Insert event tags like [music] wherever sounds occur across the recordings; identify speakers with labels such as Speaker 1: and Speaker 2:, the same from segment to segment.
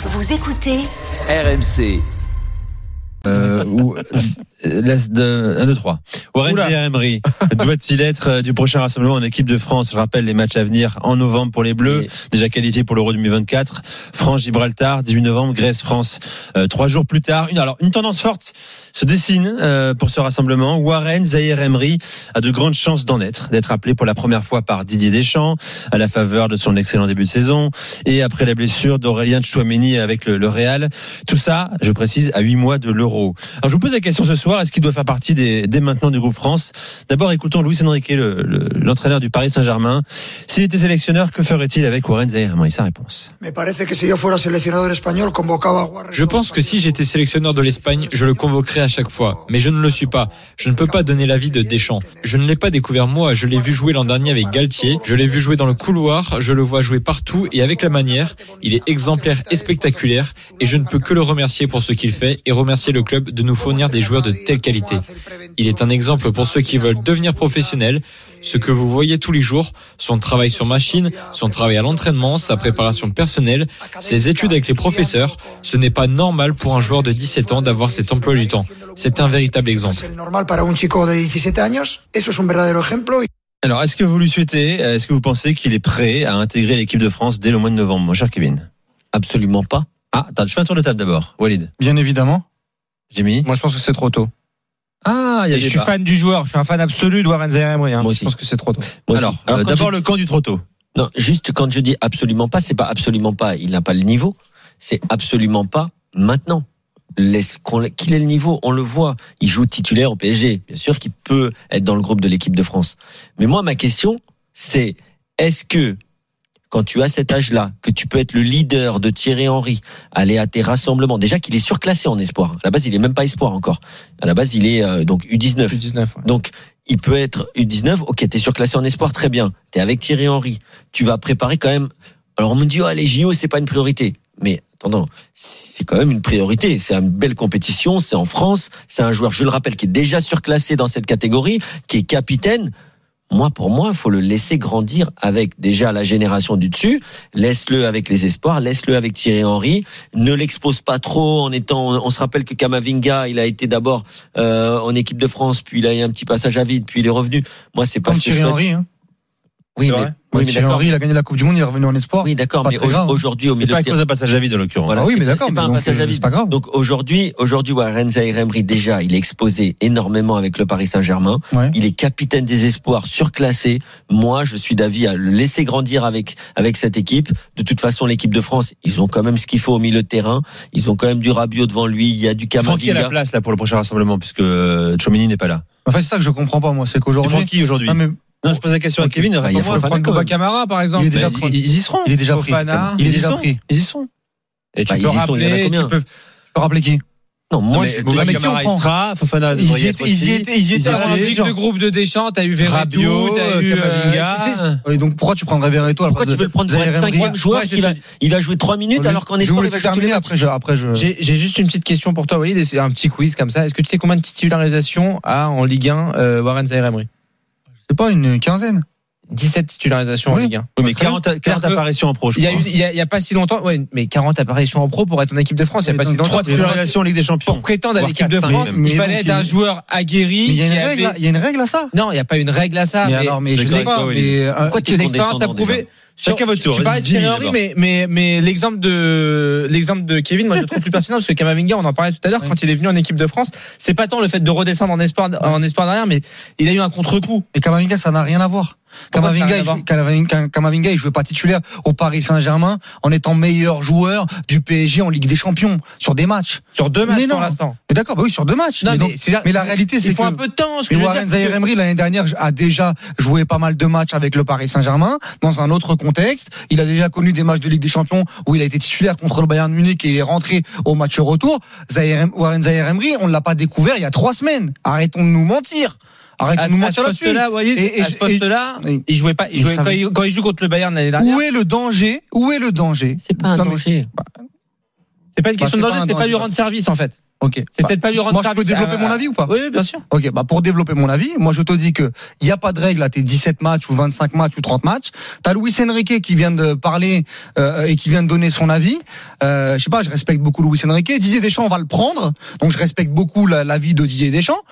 Speaker 1: Vous écoutez
Speaker 2: RMC.
Speaker 3: Euh, ou, euh, laisse de 1, 2, 3. Warren
Speaker 4: Oula.
Speaker 3: Pierre Emery doit-il être euh, du prochain rassemblement en équipe de France Je rappelle les matchs à venir en novembre pour les Bleus,
Speaker 4: Et-
Speaker 3: déjà qualifiés pour l'Euro 2024. France Gibraltar, 18 novembre, Grèce France. Euh, trois jours plus tard, une alors une tendance forte se dessine euh, pour ce rassemblement. Warren Zahir Emery a de grandes chances d'en être, d'être appelé pour la première fois par Didier Deschamps à la faveur de son excellent début de saison et après la blessure d'Aurélien Chouameni avec le, le Real. Tout ça, je précise, à 8 mois de l'Euro. Alors je vous pose la question ce soir, est-ce qu'il doit faire partie des, dès maintenant du groupe France D'abord écoutons Luis Enrique, le- le- l'entraîneur du Paris Saint-Germain. S'il était sélectionneur, que ferait-il avec Warren Zahir Emery Sa réponse.
Speaker 5: Me parece que si yo fuera seleccionador español, convocaba a Warren.
Speaker 6: Je pense que si j'étais sélectionneur de l'Espagne, je le convoquerais à chaque fois. Mais je ne le suis pas. Je ne peux pas donner l'avis de Deschamps. Je ne l'ai pas découvert moi. Je l'ai vu jouer l'an dernier avec Galtier. Je l'ai vu jouer dans le couloir. Je le vois jouer partout et avec la manière. Il est exemplaire et spectaculaire. Et je ne peux que le remercier pour ce qu'il fait et remercier le club de nous fournir des joueurs de telle qualité. Il est un exemple pour ceux qui veulent devenir professionnels. Ce que vous voyez tous les jours, son travail sur machine, son travail à l'entraînement, sa préparation personnelle, ses études avec les professeurs, ce n'est pas normal pour un joueur de 17 ans d'avoir cet emploi du temps. C'est un véritable exemple.
Speaker 5: Es el normal para un chico de 17 años. Eso es un verdadero ejemplo.
Speaker 3: Alors est-ce que vous lui souhaitez, euh, est-ce que vous pensez qu'il est prêt à intégrer l'équipe de France dès le mois de novembre, mon cher Kevin
Speaker 4: Absolument pas.
Speaker 3: Ah, attends, je fais un tour de table d'abord. Walid,
Speaker 7: Bien évidemment.
Speaker 3: Jimmy.
Speaker 7: Moi, je pense que c'est trop tôt.
Speaker 3: Ah, il y a
Speaker 7: Et je suis
Speaker 3: débat.
Speaker 7: fan du joueur. Je suis un fan absolu de Warren Zaire Emery. hein.
Speaker 4: Moi aussi.
Speaker 7: Je pense que
Speaker 4: [laughs]
Speaker 7: c'est trop tôt.
Speaker 4: Moi aussi.
Speaker 3: Alors,
Speaker 4: Alors,
Speaker 3: euh,
Speaker 4: quand
Speaker 3: d'abord
Speaker 4: je-
Speaker 3: le camp du trotto.
Speaker 4: Non, juste quand je dis absolument pas, c'est pas absolument pas. Il n'a pas le niveau. C'est absolument pas maintenant. Laisse- qu'on- Qu'il ait le niveau, on le voit. Il joue titulaire au PSG. Bien sûr qu'il peut être dans le groupe de l'équipe de France. Mais moi, ma question, c'est est-ce que quand tu as cet âge-là, que tu peux être le leader de Thierry Henry, aller à tes rassemblements. Déjà qu'il est surclassé en espoir. À la base, il est même pas espoir encore. À la base, il est euh, donc U19.
Speaker 7: Plus 19. ouais.
Speaker 4: Donc, il peut être U19, ok, t'es surclassé en espoir, très bien. T'es avec Thierry Henry. Tu vas préparer quand même. Alors, on me dit, oh, les JO, c'est pas une priorité. Mais, attendant, c'est quand même une priorité. C'est une belle compétition, c'est en France. C'est un joueur, je le rappelle, qui est déjà surclassé dans cette catégorie, qui est capitaine. Moi, pour moi, faut le laisser grandir avec déjà la génération du dessus. Laisse-le avec les espoirs, laisse-le avec Thierry Henry. Ne l'expose pas trop en étant. On se rappelle que Kamavinga, il a été d'abord euh, en équipe de France, puis il a eu un petit passage à vide, puis il est revenu. Moi, c'est pas
Speaker 7: Comme
Speaker 4: ce que
Speaker 7: Thierry
Speaker 4: je souhaite.
Speaker 7: Henry. Hein.
Speaker 4: Oui,
Speaker 7: C'est
Speaker 4: mais,
Speaker 7: vrai.
Speaker 4: oui, mais
Speaker 7: Thierry
Speaker 4: d'accord.
Speaker 7: Henry, il a gagné la Coupe du Monde, il est revenu en espoir.
Speaker 4: Oui, d'accord,
Speaker 7: Pas
Speaker 4: mais
Speaker 7: très
Speaker 4: au-
Speaker 7: grave.
Speaker 4: aujourd'hui, au
Speaker 3: C'est
Speaker 4: milieu
Speaker 3: pas à
Speaker 4: de
Speaker 3: cause d'un passage à vide, en l'occurrence.
Speaker 4: Voilà,
Speaker 7: ah oui,
Speaker 4: c'est
Speaker 7: mais
Speaker 4: pas-
Speaker 7: d'accord.
Speaker 4: c'est pas
Speaker 7: mais
Speaker 4: un
Speaker 7: donc,
Speaker 4: passage à
Speaker 7: euh,
Speaker 4: vide.
Speaker 7: C'est pas grave.
Speaker 4: Donc aujourd'hui, aujourd'hui, Warren Zaïre-Emery déjà, il est exposé énormément avec le Paris Saint-Germain.
Speaker 7: Ouais.
Speaker 4: Il est capitaine des espoirs, surclassé. Moi, je suis d'avis à le laisser grandir avec avec cette équipe. De toute façon, l'équipe de France, ils ont quand même ce qu'il faut au milieu de terrain. Ils ont quand même du Rabiot devant lui. Il y a du
Speaker 3: Francky à la
Speaker 4: Camavinga.
Speaker 3: place là pour le prochain rassemblement puisque euh, Tchouaméni n'est pas là.
Speaker 7: En fait, c'est ça que je comprends pas, moi. C'est
Speaker 3: Tu prends
Speaker 7: qu'aujourd'hui.
Speaker 3: qui aujourd'hui
Speaker 7: Ah, mais
Speaker 3: Non, je pose la question à
Speaker 7: Ok.
Speaker 3: Kevin.
Speaker 4: Bah, il y a
Speaker 3: réponds-moi.
Speaker 4: Fofana,
Speaker 3: Prendre
Speaker 4: quand
Speaker 3: Koba
Speaker 4: même.
Speaker 3: Camara, par exemple.
Speaker 7: Il est déjà
Speaker 3: Bah,
Speaker 7: pris.
Speaker 3: Ils ils y seront.
Speaker 7: il est déjà pris.
Speaker 6: Fofana.
Speaker 7: Il est
Speaker 3: Ils y
Speaker 7: déjà
Speaker 3: sont.
Speaker 7: pris.
Speaker 3: Ils y sont. Et tu
Speaker 4: Bah, ils
Speaker 3: peux
Speaker 4: y sont, il y en a
Speaker 3: rappeler,
Speaker 4: combien
Speaker 3: tu peux.
Speaker 7: Je peux rappeler qui
Speaker 4: Non, moi,
Speaker 3: Moi,
Speaker 4: je-
Speaker 7: mais qui on
Speaker 3: Camara il
Speaker 7: prend
Speaker 3: sera, Fofana
Speaker 7: Ils y
Speaker 3: devrait y être
Speaker 7: étaient- ils y
Speaker 3: aussi.
Speaker 7: étaient- ils y étaient
Speaker 3: étaient
Speaker 7: avant
Speaker 6: Dans
Speaker 7: la
Speaker 3: allés.
Speaker 7: blessure.
Speaker 6: logique de groupe de Deschamps, t'as eu Verratti,
Speaker 3: Rabiot,
Speaker 6: t'as eu euh,
Speaker 3: Camavinga.
Speaker 6: c'est- c'est-
Speaker 7: Et donc, pourquoi tu prends Verreto
Speaker 4: pourquoi tu veux le prendre pour être cinquième joueur
Speaker 6: moi, je
Speaker 4: qui va, il va jouer trois minutes alors qu'en
Speaker 7: Je vous
Speaker 4: espoir, il
Speaker 7: laisse
Speaker 4: va jouer tous les
Speaker 7: terminer
Speaker 4: matchs.
Speaker 7: après. je- Après, je.
Speaker 6: J'ai j'ai juste une petite question pour toi, Walid, et c'est un petit quiz comme ça. Est-ce que tu sais combien de titularisations a en Ligue 1 euh, Warren Zaïre-Emery
Speaker 7: C'est pas une quinzaine.
Speaker 6: 17 titularisations
Speaker 7: Oui.
Speaker 6: en Ligue 1.
Speaker 3: Oui, mais 40, 40
Speaker 6: Euh,
Speaker 3: apparitions en pro, je
Speaker 6: Il y, a
Speaker 3: crois.
Speaker 6: une- il y a- il y a pas si longtemps, ouais, mais 40 apparitions en pro pour être en équipe de France, il y a
Speaker 7: Mais
Speaker 6: pas si
Speaker 7: donc,
Speaker 6: longtemps.
Speaker 7: trois
Speaker 3: 3 titularisations en Ligue des
Speaker 6: Pour
Speaker 3: Champions.
Speaker 6: prétendre à
Speaker 3: Voire
Speaker 6: l'équipe de
Speaker 3: quatre,
Speaker 6: France,
Speaker 7: cinq, même.
Speaker 6: il
Speaker 7: Mais
Speaker 6: fallait
Speaker 7: donc,
Speaker 6: être un
Speaker 7: il-
Speaker 6: joueur aguerri.
Speaker 7: Mais il y a
Speaker 6: qui
Speaker 7: une
Speaker 6: avait-
Speaker 7: règle là- il y a une règle à ça.
Speaker 6: Non, il n'y a pas une règle à ça.
Speaker 7: Mais
Speaker 6: mais-
Speaker 7: alors, mais je
Speaker 3: D'accord,
Speaker 7: sais pas.
Speaker 3: oui.
Speaker 7: mais, euh,
Speaker 4: Pourquoi tu
Speaker 6: quelle
Speaker 4: prends
Speaker 6: expérience a
Speaker 4: descendant, déjà
Speaker 6: prouvé
Speaker 3: Chacun
Speaker 6: Sur-
Speaker 3: votre tour.
Speaker 6: Tu parlais de
Speaker 3: Vas-y,
Speaker 6: Thierry
Speaker 3: Jimmy,
Speaker 6: Henry,
Speaker 3: d'abord.
Speaker 6: mais, mais, mais l'exemple de, l'exemple de Kevin, moi je le trouve plus pertinent parce que Kamavinga, on en parlait tout à l'heure,
Speaker 7: Ouais.
Speaker 6: quand il est venu en équipe de France, c'est pas tant le fait de redescendre en espoir, en espoir derrière, mais il a eu un contre-coup.
Speaker 7: Mais Kamavinga, ça n'a rien à voir.
Speaker 6: Pourquoi ça n'a
Speaker 7: Kamavinga,
Speaker 6: rien à
Speaker 7: il joue- Kamavinga, Kamavinga, il jouait pas titulaire au Paris Saint-Germain en étant meilleur joueur du PSG en Ligue des Champions sur des matchs.
Speaker 6: Sur deux
Speaker 7: Mais
Speaker 6: matchs pour
Speaker 7: non.
Speaker 6: l'instant.
Speaker 7: Mais d'accord, bah oui, sur deux matchs.
Speaker 6: Non,
Speaker 7: mais, donc-
Speaker 6: mais c'est-
Speaker 7: mais la réalité, c'est
Speaker 6: Il
Speaker 7: que
Speaker 6: faut un peu de temps, ce que
Speaker 7: mais
Speaker 6: je veux
Speaker 7: Warren
Speaker 6: dire, c'est que-
Speaker 7: Zaïre-Emery l'année dernière a déjà joué pas mal de matchs avec le Paris Saint-Germain dans un autre contexte. Il a déjà connu des matchs de Ligue des Champions où il a été titulaire contre le Bayern Munich et il est rentré au match retour. Zaïre- Warren Zaïre-Emery, on ne l'a pas découvert il y a trois semaines. Arrêtons de nous mentir. Arrêtons
Speaker 6: À,
Speaker 7: de nous
Speaker 6: à ce
Speaker 7: mentir là-dessus.
Speaker 6: poste-là, Walid,
Speaker 7: Et- et-
Speaker 6: à ce poste-là,
Speaker 7: et-
Speaker 6: il jouait pas. Il
Speaker 7: Mais
Speaker 6: jouait,
Speaker 7: ça
Speaker 6: quand,
Speaker 7: veut-
Speaker 6: il, quand il joue contre le Bayern l'année dernière,
Speaker 7: Où est le danger Où est le danger
Speaker 4: C'est pas un
Speaker 7: Non, mais-
Speaker 4: danger.
Speaker 6: c'est pas une
Speaker 7: Bah,
Speaker 6: question
Speaker 7: c'est
Speaker 6: de
Speaker 7: pas
Speaker 6: danger,
Speaker 7: un
Speaker 6: c'est pas
Speaker 7: danger.
Speaker 6: lui rendre service en fait.
Speaker 7: Ok.
Speaker 3: C'est
Speaker 7: Bah,
Speaker 3: peut-être pas lui rendre
Speaker 7: moi, je peux
Speaker 3: service.
Speaker 7: développer
Speaker 3: Ah,
Speaker 7: mon avis ou pas
Speaker 3: Oui, oui, bien sûr.
Speaker 7: Ok, bah pour développer mon avis, moi je te dis que il y a pas de règle à tes 17 matchs ou 25 matchs ou 30 matchs. T'as Luis Enrique qui vient de parler euh, et qui vient de donner son avis. Euh, je sais pas, je respecte beaucoup Luis Enrique. Didier Deschamps, on va le prendre, donc je respecte beaucoup la- l'avis de Didier Deschamps.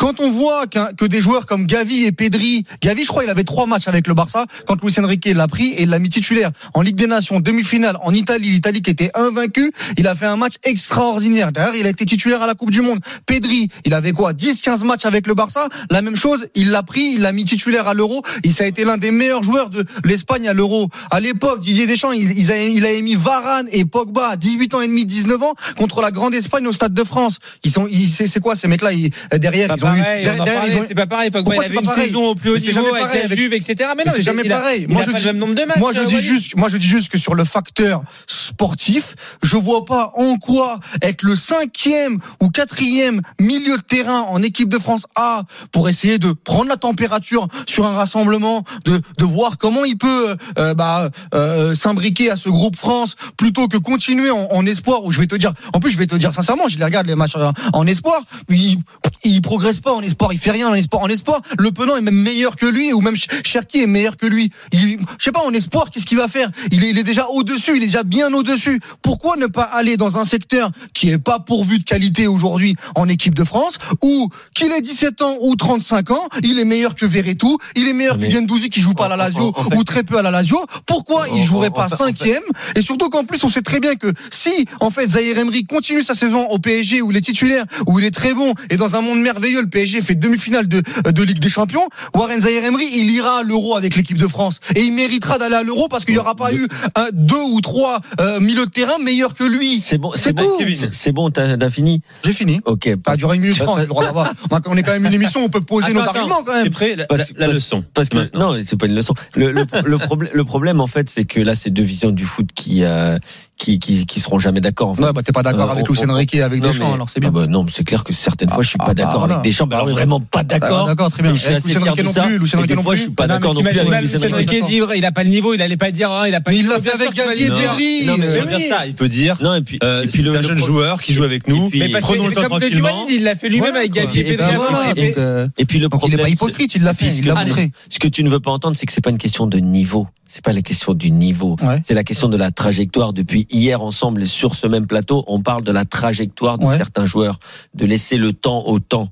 Speaker 7: Quand on voit qu'un- que des joueurs comme Gavi et Pedri, Gavi, je crois, il avait trois matchs avec le Barça quand Luis Enrique l'a pris et l'a mis titulaire en Ligue des Nations, demi-finale en Italie, l'Italie qui était invaincue, il a fait un match extraordinaire. D'ailleurs, il a été titulaire à la Coupe du Monde. Pedri, il avait quoi 10-15 matchs avec le Barça La même chose, il l'a pris, il l'a mis titulaire à l'Euro. Il ça a été l'un des meilleurs joueurs de l'Espagne à l'Euro. À l'époque, Didier Deschamps, il, il a, il a émis Varane et Pogba à 18 ans et demi, 19 ans contre la grande Espagne au Stade de France. Ils sont, ils- c'est c'est quoi ces mecs-là ils- Derrière,
Speaker 3: Pas
Speaker 7: ils ont eu-
Speaker 3: pareil, on en
Speaker 7: derrière,
Speaker 3: parlait,
Speaker 7: ils ont eu-
Speaker 3: c'est pas pareil. Pogba,
Speaker 7: Pourquoi
Speaker 3: il
Speaker 7: c'est
Speaker 3: avait
Speaker 7: pas
Speaker 3: une
Speaker 7: pareil
Speaker 3: saison au plus haut
Speaker 7: Mais c'est
Speaker 3: niveau
Speaker 7: jamais
Speaker 3: avec
Speaker 7: pareil
Speaker 3: la
Speaker 7: avec-
Speaker 3: Juve, etc. Mais
Speaker 7: Mais
Speaker 3: non,
Speaker 7: c'est
Speaker 3: il-
Speaker 7: jamais
Speaker 3: il a-
Speaker 7: pareil.
Speaker 3: il
Speaker 7: Moi,
Speaker 3: a
Speaker 7: je
Speaker 3: pas
Speaker 7: dis-
Speaker 3: le même nombre de matchs.
Speaker 7: moi je
Speaker 3: vous
Speaker 7: dis
Speaker 3: voyez.
Speaker 7: juste, moi je dis juste que sur le facteur sportif, je vois pas en quoi être le cinquième ou quatrième milieu de terrain en équipe de France A pour essayer de prendre la température sur un rassemblement, de, de voir comment il peut euh, bah, euh, s'imbriquer à ce groupe France plutôt que continuer en, en espoir. Où je vais te dire, en plus je vais te dire sincèrement, je les regarde les matchs euh, en, en espoir, il, il progresse pas en espoir, il fait rien en espoir. En espoir, le Penant est même meilleur que lui ou même Ch- Cherki est meilleur que lui. Il, je sais pas, en espoir, qu'est-ce qu'il va faire il est, il est déjà au-dessus, il est déjà bien au-dessus. Pourquoi ne pas aller dans un secteur qui est pas pourvu de qualité aujourd'hui en équipe de France où qu'il ait 17 ans ou 35 ans, il est meilleur que Verretou, il est meilleur
Speaker 4: Mais-
Speaker 7: que Gendouzi qui joue pas à la Lazio
Speaker 4: En- en- en fait-
Speaker 7: ou très peu à la Lazio. Pourquoi
Speaker 4: En-
Speaker 7: il jouerait
Speaker 4: en-
Speaker 7: pas
Speaker 4: en fait- en fait-
Speaker 7: cinquième et surtout qu'en plus, on sait très bien que si, en fait, Zahir Emery continue sa saison au PSG où il est titulaire, où il est très bon, et dans un monde merveilleux, le PSG fait demi-finale de, euh, de Ligue des Champions, Warren Zahir Emery, il ira à l'Euro avec l'équipe de France. Et il méritera d'aller à l'Euro parce qu'il n'y aura pas eu un, deux ou trois euh, milieux de terrain meilleurs que lui.
Speaker 4: C'est bon,
Speaker 7: C'est
Speaker 4: c'est bon,
Speaker 7: tout.
Speaker 4: c'est- c'est bon, t'as t'as fini.
Speaker 7: J'ai fini.
Speaker 4: Ok.
Speaker 7: Ça a duré une minute trente, le droit d'avoir. On est quand même une émission, on peut poser
Speaker 3: Attends,
Speaker 7: nos
Speaker 3: attends,
Speaker 7: arguments quand
Speaker 3: T'es
Speaker 7: même.
Speaker 3: prêt La- la-
Speaker 4: Parce-
Speaker 3: La
Speaker 4: parce-
Speaker 3: leçon.
Speaker 4: Parce que
Speaker 3: Maintenant.
Speaker 4: non, c'est pas une leçon. Le, le, le, problème, le problème en fait, c'est que là, c'est deux visions du foot qui euh, qui, qui qui seront jamais d'accord. En fait.
Speaker 7: Ouais, bah t'es pas d'accord
Speaker 4: Euh,
Speaker 7: avec
Speaker 4: on-
Speaker 7: Lucien
Speaker 4: on-
Speaker 7: Enrique et avec
Speaker 4: Non,
Speaker 7: Deschamps,
Speaker 4: mais-
Speaker 7: alors c'est bien.
Speaker 4: Ah bah non, mais c'est clair que certaines fois, je suis
Speaker 7: Ah,
Speaker 4: pas
Speaker 7: bah,
Speaker 4: d'accord
Speaker 7: voilà.
Speaker 4: avec Deschamps. Mais
Speaker 7: Ah,
Speaker 4: alors
Speaker 7: oui.
Speaker 4: vraiment pas
Speaker 7: Bah,
Speaker 4: d'accord.
Speaker 7: D'accord, très bien.
Speaker 4: Et je suis
Speaker 7: Avec
Speaker 4: assez
Speaker 7: Lucien
Speaker 4: fier
Speaker 7: Enrique
Speaker 4: de
Speaker 7: non
Speaker 4: ça.
Speaker 7: plus,
Speaker 4: Et
Speaker 7: Lucien Enrique
Speaker 4: des
Speaker 7: non
Speaker 4: fois, je
Speaker 7: plus.
Speaker 4: suis
Speaker 3: Non,
Speaker 4: pas
Speaker 3: mais
Speaker 4: d'accord non plus
Speaker 3: t'imagines pas
Speaker 4: avec
Speaker 3: Lucien
Speaker 4: Lucien
Speaker 3: Enrique
Speaker 4: Enrique.
Speaker 3: dire, il a pas le niveau, il allait pas dire, hein, il a pas.
Speaker 7: Mais il
Speaker 3: le
Speaker 7: l'a
Speaker 3: niveau.
Speaker 7: fait avec
Speaker 3: Bien sûr
Speaker 7: Gavi et
Speaker 3: qu'il va le dire.
Speaker 7: Pedri.
Speaker 4: Non, mais
Speaker 3: Il
Speaker 7: euh,
Speaker 3: peut
Speaker 7: oui.
Speaker 3: dire ça, il peut dire.
Speaker 4: Non, et puis,
Speaker 3: euh,
Speaker 4: et puis
Speaker 3: C'est un jeune
Speaker 4: pro-
Speaker 3: joueur qui joue avec nous.
Speaker 4: puis- Mais parce
Speaker 3: Prenons le temps
Speaker 7: comme
Speaker 3: tranquillement. Il l'a fait lui-même avec Gabi
Speaker 4: Et
Speaker 3: Pedri.
Speaker 4: ben
Speaker 3: avant.
Speaker 4: voilà.
Speaker 3: Et
Speaker 4: Et- Et puis le
Speaker 7: Donc il
Speaker 4: problème,
Speaker 7: est pas
Speaker 4: c'est-
Speaker 7: hypocrite, il l'a fait,
Speaker 4: puisque-
Speaker 7: il l'a
Speaker 4: Allez.
Speaker 7: montré.
Speaker 4: Ce que tu ne veux pas entendre, c'est que c'est pas une question de niveau. C'est pas la question du niveau.
Speaker 7: Ouais.
Speaker 4: C'est la question de la trajectoire. Depuis hier ensemble, sur ce même plateau, on parle de la trajectoire de
Speaker 7: Ouais.
Speaker 4: certains joueurs, de laisser le temps au temps.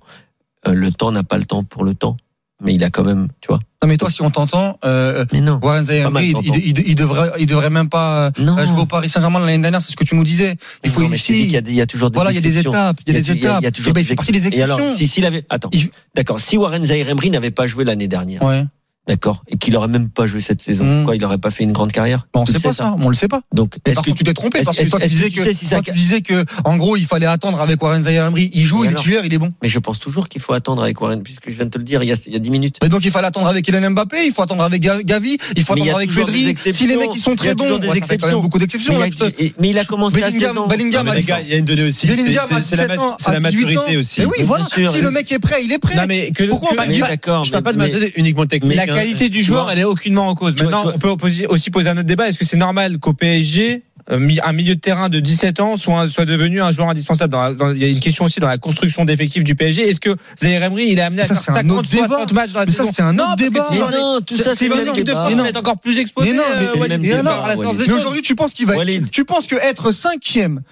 Speaker 4: Euh, le temps n'a pas le temps pour le temps, mais il a quand même, tu vois.
Speaker 7: Non mais toi, si on t'entend, euh,
Speaker 4: Mais non.
Speaker 7: Warren Zaïre,
Speaker 4: Pas mal,
Speaker 7: il,
Speaker 4: t'entends.
Speaker 7: il- il- il devrait, il devrait même pas euh,
Speaker 4: Non.
Speaker 7: jouer au Paris Saint-Germain l'année dernière. C'est ce que tu nous disais. Il faut
Speaker 4: Non, mais je t'ai dit qu'il y
Speaker 7: ici.
Speaker 4: a des- il y a toujours des
Speaker 7: Voilà, il y a des
Speaker 4: exceptions.
Speaker 7: étapes, il y a des
Speaker 4: du-
Speaker 7: étapes.
Speaker 4: Il y a toujours
Speaker 7: Eh ben, il
Speaker 4: des
Speaker 7: fait partie des
Speaker 4: exceptions. Et alors,
Speaker 7: exceptions.
Speaker 4: si, s'il avait, attends,
Speaker 7: Il-
Speaker 4: d'accord, si Warren Zaïre Emery n'avait pas joué l'année dernière,
Speaker 7: Ouais.
Speaker 4: d'accord, et qu'il aurait même pas joué cette saison,
Speaker 7: Mm.
Speaker 4: quoi, il aurait pas fait une grande carrière.
Speaker 7: Bon, on
Speaker 4: Tu le
Speaker 7: sait pas
Speaker 4: sais,
Speaker 7: ça, on le sait pas.
Speaker 4: Donc,
Speaker 7: Mais
Speaker 4: est-ce
Speaker 7: par
Speaker 4: que
Speaker 7: contre, tu t'es trompé parce que
Speaker 4: est-ce-
Speaker 7: toi tu
Speaker 4: est-ce
Speaker 7: disais
Speaker 4: tu sais
Speaker 7: que
Speaker 4: si ça-
Speaker 7: toi, tu disais que en gros il fallait attendre avec Warren Zaïre Emery. Il joue,
Speaker 4: Et
Speaker 7: il est
Speaker 4: alors
Speaker 7: tueur, il est bon.
Speaker 4: Mais je pense toujours qu'il faut attendre avec Warren, puisque je viens de te le dire il y a, il y a 10 minutes.
Speaker 7: Mais donc il fallait attendre avec Kylian Mbappé, il faut attendre avec Ga- Gavi, il faut
Speaker 4: Mais il y a
Speaker 7: attendre avec
Speaker 4: toujours des
Speaker 7: Pedri.
Speaker 4: exceptions.
Speaker 7: Si les mecs ils
Speaker 4: Il
Speaker 7: sont
Speaker 4: y a
Speaker 7: très bons,
Speaker 4: toujours des
Speaker 7: ouais, ça fait quand même
Speaker 4: exceptions.
Speaker 7: beaucoup
Speaker 4: Mais
Speaker 7: d'exceptions.
Speaker 4: il,
Speaker 7: là,
Speaker 4: a,
Speaker 7: tu te-
Speaker 4: et- mais il a commencé à
Speaker 7: Bellingham-
Speaker 4: 16 ans.
Speaker 7: Bellingham-
Speaker 3: Non, mais les gars, il y a une donnée aussi. c'est-
Speaker 7: Bellingham à
Speaker 3: C'est c'est la
Speaker 7: 17
Speaker 3: mat-
Speaker 7: ans,
Speaker 3: c'est
Speaker 7: à
Speaker 3: la
Speaker 7: 18 ans.
Speaker 3: maturité aussi.
Speaker 7: Mais oui, voilà.
Speaker 4: Bien sûr.
Speaker 7: Si le mec est prêt, il est prêt.
Speaker 3: Non, mais que,
Speaker 7: Pourquoi
Speaker 3: que-
Speaker 7: on va
Speaker 3: mais-
Speaker 4: Mais
Speaker 7: dire-
Speaker 4: d'accord,
Speaker 3: Je parle
Speaker 4: mais-
Speaker 3: pas de
Speaker 4: mais-
Speaker 3: maturité uniquement technique.
Speaker 1: La
Speaker 3: hein.
Speaker 1: qualité du
Speaker 4: tu
Speaker 1: joueur,
Speaker 4: vois.
Speaker 1: elle est aucunement en cause.
Speaker 4: Tu vois,
Speaker 1: Maintenant,
Speaker 4: tu vois.
Speaker 1: on peut opposer- aussi poser un autre débat. Est-ce que c'est normal qu'au PSG, un euh, mi- un milieu de terrain de 17 ans soit, un- soit devenu un joueur indispensable Dans la- dans- Il y a une question aussi dans la construction d'effectifs du PSG. Est-ce que Zaire Emery, il est amené à
Speaker 7: Ça,
Speaker 1: faire
Speaker 7: c'est un autre
Speaker 1: 50, 60
Speaker 7: débat.
Speaker 1: matchs dans la
Speaker 7: Mais ça,
Speaker 1: saison
Speaker 7: c'est un
Speaker 1: Non,
Speaker 7: autre
Speaker 1: parce que
Speaker 7: débat.
Speaker 4: Mais
Speaker 1: sinon, les-
Speaker 4: non, tout ça,
Speaker 1: si
Speaker 4: c'est le
Speaker 1: l'équipe
Speaker 4: même
Speaker 1: de
Speaker 4: débat.
Speaker 1: France va être encore plus exposée.
Speaker 7: Mais non, mais
Speaker 1: euh,
Speaker 4: c'est le
Speaker 1: Walid,
Speaker 4: même
Speaker 1: par
Speaker 4: débat,
Speaker 1: la force
Speaker 4: Walid.
Speaker 1: des
Speaker 7: Mais
Speaker 1: choses.
Speaker 7: aujourd'hui, tu penses qu'il va être-
Speaker 4: Walid.
Speaker 7: Tu penses que être cinquième,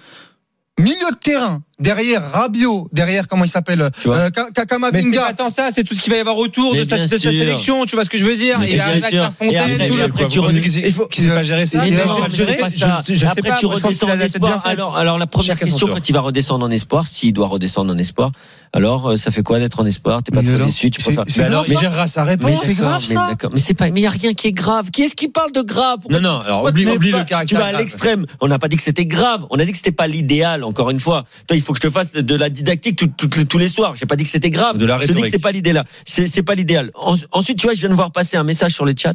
Speaker 7: milieu de terrain, derrière Rabiot, derrière comment il s'appelle,
Speaker 4: Tu vois.
Speaker 7: euh, Ka- Ka-
Speaker 1: Mais c'est
Speaker 7: Kamavinga.
Speaker 1: pas tant ça, c'est tout ce qu'il va y avoir autour
Speaker 4: Mais
Speaker 1: de sa,
Speaker 4: bien
Speaker 1: de sa
Speaker 4: sûr.
Speaker 1: sélection, tu vois ce que je veux dire
Speaker 4: Mais
Speaker 1: Il
Speaker 4: bien
Speaker 1: arrive avec
Speaker 4: sûr.
Speaker 1: la Fontaine,
Speaker 4: après,
Speaker 1: tout
Speaker 4: mais
Speaker 1: le-
Speaker 4: après, tu
Speaker 3: Vous
Speaker 4: redis-
Speaker 3: pensez qu'il s'est-
Speaker 1: Il faut-
Speaker 3: qu'il s'est pas géré ça.
Speaker 4: Mais
Speaker 7: Il
Speaker 4: non,
Speaker 7: a
Speaker 4: après,
Speaker 7: pas
Speaker 4: tu
Speaker 7: géré,
Speaker 4: redescends-
Speaker 1: je- je- je sais
Speaker 4: après,
Speaker 1: pas,
Speaker 4: tu
Speaker 1: moi, je pense
Speaker 4: redescends
Speaker 1: qu'il a
Speaker 4: en
Speaker 1: la tête bien
Speaker 4: espoir.
Speaker 1: faite.
Speaker 4: Alors, alors, la première
Speaker 1: Chacun son
Speaker 4: question,
Speaker 1: tour.
Speaker 4: quand il va redescendre en espoir, s'il doit redescendre en espoir, alors, euh, ça fait quoi d'être en espoir? T'es pas
Speaker 7: Mais
Speaker 4: trop
Speaker 7: alors
Speaker 4: déçu, tu
Speaker 7: C'est-
Speaker 4: préfères.
Speaker 7: c'est
Speaker 3: Mais
Speaker 7: grave,
Speaker 3: alors,
Speaker 7: ça
Speaker 3: il gérera sa
Speaker 4: Mais
Speaker 3: réponse.
Speaker 7: c'est grave,
Speaker 4: d'accord, mais
Speaker 7: ça
Speaker 4: d'accord. Mais c'est pas, mais y a rien qui est grave. Qui est-ce qui parle de grave? Pourquoi
Speaker 3: Non, non, alors
Speaker 4: Toi,
Speaker 3: oublie,
Speaker 4: tu mets
Speaker 3: oublie
Speaker 4: pas-
Speaker 3: le
Speaker 4: Tu
Speaker 3: caractère. Ah,
Speaker 4: vas à
Speaker 3: grave.
Speaker 4: l'extrême. On n'a pas dit que c'était grave. On a dit que c'était pas l'idéal. Encore une fois, toi, il faut que je te fasse de la didactique tout- tout- tous les soirs. J'ai pas dit que c'était grave.
Speaker 3: De la
Speaker 4: je te dis que
Speaker 3: rhétorique.
Speaker 4: c'est pas l'idée là. C'est c'est pas l'idéal. En- ensuite, tu vois, je viens de voir passer un message sur le chat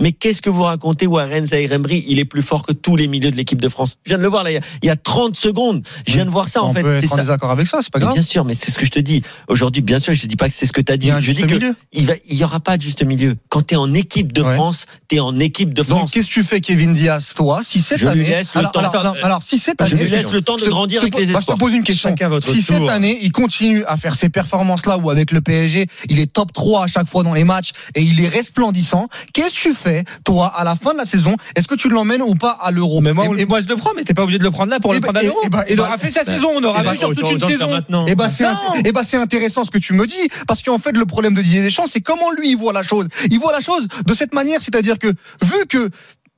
Speaker 4: Mais qu'est-ce que vous racontez, Warren Zaïre-Emery Il est plus fort que tous les milieux de l'équipe de France. Je viens de le voir là, il y a- il y a 30 secondes. Je viens de voir ça, en
Speaker 7: on
Speaker 4: fait.
Speaker 7: peut
Speaker 4: C'est
Speaker 7: être en
Speaker 4: ça.
Speaker 7: désaccord avec ça, c'est pas
Speaker 4: Mais
Speaker 7: grave.
Speaker 4: bien sûr, mais c'est ce que je te dis. Aujourd'hui, bien sûr, je dis pas que c'est ce que tu as
Speaker 7: Il
Speaker 4: dit.
Speaker 7: y a un
Speaker 4: Je
Speaker 7: juste
Speaker 4: dis que
Speaker 7: milieu.
Speaker 4: il va, il y aura pas de juste milieu. Quand tu es en équipe de
Speaker 7: Ouais.
Speaker 4: France, tu es en équipe de
Speaker 7: Donc,
Speaker 4: France.
Speaker 7: qu'est-ce que tu fais, Kevin Diaz, toi, si cette
Speaker 4: Je lui
Speaker 7: année.
Speaker 4: laisse le
Speaker 7: alors,
Speaker 4: temps.
Speaker 7: alors,
Speaker 4: Attends,
Speaker 7: non, alors, si cette
Speaker 4: je
Speaker 7: année.
Speaker 4: lui laisse le temps de
Speaker 7: Je te-
Speaker 4: grandir
Speaker 7: je te
Speaker 4: avec les
Speaker 7: pose- bah, je te
Speaker 4: espoirs.
Speaker 7: pose une question.
Speaker 3: Chacun votre
Speaker 7: Si
Speaker 3: tour.
Speaker 7: cette année, il continue à faire ses performances là ou avec le PSG, il est top 3 à chaque fois dans les matchs et il est resplendissant, qu'est-ce que tu fais, toi, à la fin de la saison Est-ce que tu l'emmènes ou pas à l'Euro
Speaker 1: Oh, Mais moi,
Speaker 7: Et-
Speaker 1: et moi, je le prends, mais t'es pas obligé de le prendre là pour
Speaker 7: Eh
Speaker 1: le
Speaker 7: ben,
Speaker 1: prendre à
Speaker 7: eh-
Speaker 1: l'Euro.
Speaker 7: eh ben, eh
Speaker 1: Il
Speaker 7: ben,
Speaker 1: aura fait sa saison, on aura
Speaker 3: Ah,
Speaker 7: eh ben,
Speaker 3: bah,
Speaker 1: vu sur toute une saison.
Speaker 3: maintenant.
Speaker 7: Eh ben c'est
Speaker 4: Non.
Speaker 7: int- eh ben, c'est intéressant ce que tu me dis parce qu'en fait le problème de Didier Deschamps c'est comment lui il voit la chose. Il voit la chose de cette manière, c'est-à-dire que vu que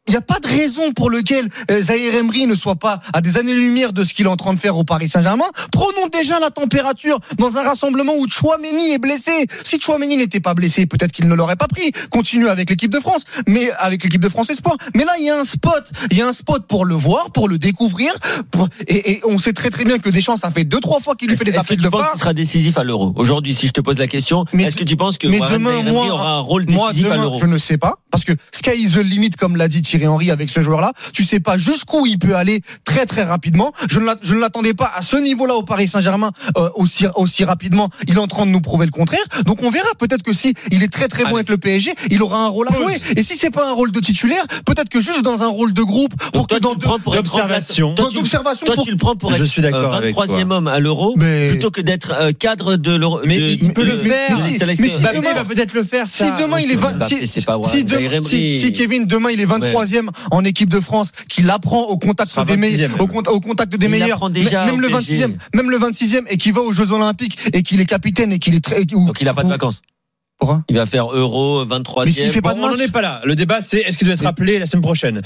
Speaker 7: il n'y a pas de raison pour lequel euh, Zahir Emery ne soit pas à des années-lumière de ce qu'il est en train de faire au Paris Saint-Germain. Prenons déjà la température dans un rassemblement où Chouameni est blessé. Si Chouameni n'était pas blessé, peut-être qu'il ne l'aurait pas pris. Continue avec l'équipe de France, mais avec l'équipe de France Espoir. Mais là, il y a un spot. Il y a un spot pour le voir, pour le découvrir. pour- Et, et on sait très très bien que Deschamps, ça fait deux, trois fois qu'il lui
Speaker 4: Est-ce
Speaker 7: fait des
Speaker 4: est-ce que
Speaker 7: appels
Speaker 4: tu
Speaker 7: de
Speaker 4: penses
Speaker 7: part.
Speaker 4: qu'il sera décisif à l'Euro Aujourd'hui, si je te pose la question,
Speaker 7: Mais-
Speaker 4: est-ce que tu penses que
Speaker 7: mais
Speaker 4: Warren
Speaker 7: demain,
Speaker 4: Zaïre-Emery
Speaker 7: moi-
Speaker 4: aura un rôle
Speaker 7: Moi,
Speaker 4: décisif à
Speaker 7: demain,
Speaker 4: l'Euro
Speaker 7: je ne sais pas. Parce que Sky is the limit, comme l'a dit Thierry Henry avec ce joueur-là. Tu sais pas jusqu'où il peut aller très, très rapidement. Je ne l'a- je ne l'attendais pas à ce niveau-là au Paris Saint-Germain euh, aussi, aussi rapidement. Il est en train de nous prouver le contraire. Donc, on verra. Peut-être que si il est très, très
Speaker 3: Allez.
Speaker 7: bon avec le PSG, il aura un rôle à
Speaker 3: Pause.
Speaker 7: jouer. Et si c'est pas un rôle de titulaire, peut-être que juste dans un rôle de groupe, pour
Speaker 4: Donc
Speaker 7: que
Speaker 4: toi, tu
Speaker 7: dans
Speaker 4: le
Speaker 7: deux-
Speaker 4: prends pour être
Speaker 3: d'observation.
Speaker 4: remplaçant.
Speaker 7: dans
Speaker 4: Toi, tu-
Speaker 7: d'observation,
Speaker 4: Toi,
Speaker 7: pour
Speaker 4: tu le prends pour
Speaker 3: Je
Speaker 4: être
Speaker 3: suis d'accord
Speaker 4: euh,
Speaker 3: avec toi.
Speaker 4: 23e homme à l'Euro
Speaker 7: Mais-
Speaker 4: plutôt que d'être euh, cadre de l'Euro.
Speaker 1: Mais
Speaker 4: de-
Speaker 1: il- il peut
Speaker 4: de-
Speaker 1: le faire.
Speaker 4: de-
Speaker 7: Mais si-
Speaker 4: de-
Speaker 7: mais si
Speaker 4: de-
Speaker 1: Mbappé
Speaker 7: demain-
Speaker 1: va peut-être le faire,
Speaker 7: Si
Speaker 1: ça.
Speaker 7: demain il est vingt-
Speaker 4: Mbappé,
Speaker 7: si,
Speaker 4: c'est pas vrai.
Speaker 7: si de-
Speaker 4: Zaïre Ah Emery.
Speaker 7: si- si Kevin demain il est 23e en équipe de France, qu'il apprend au contact
Speaker 3: sera
Speaker 7: des
Speaker 3: 26e,
Speaker 7: meilleurs,
Speaker 3: même.
Speaker 7: au, cont- au contact des
Speaker 4: Il
Speaker 7: meilleurs,
Speaker 4: apprend déjà
Speaker 7: même
Speaker 4: au
Speaker 7: le
Speaker 4: PSG.
Speaker 7: 26e, même le 26e et qu'il va aux Jeux Olympiques et qu'il est capitaine et qu'il est très ou-
Speaker 4: Donc il a pas de
Speaker 7: ou-
Speaker 4: vacances.
Speaker 7: Pourquoi
Speaker 4: Il va faire Euro 23e.
Speaker 7: Mais s'il fait pas
Speaker 3: Eh, Bon,
Speaker 7: de
Speaker 3: on n'en
Speaker 7: match.
Speaker 3: est pas là. Le débat, c'est est-ce qu'il doit être appelé la semaine prochaine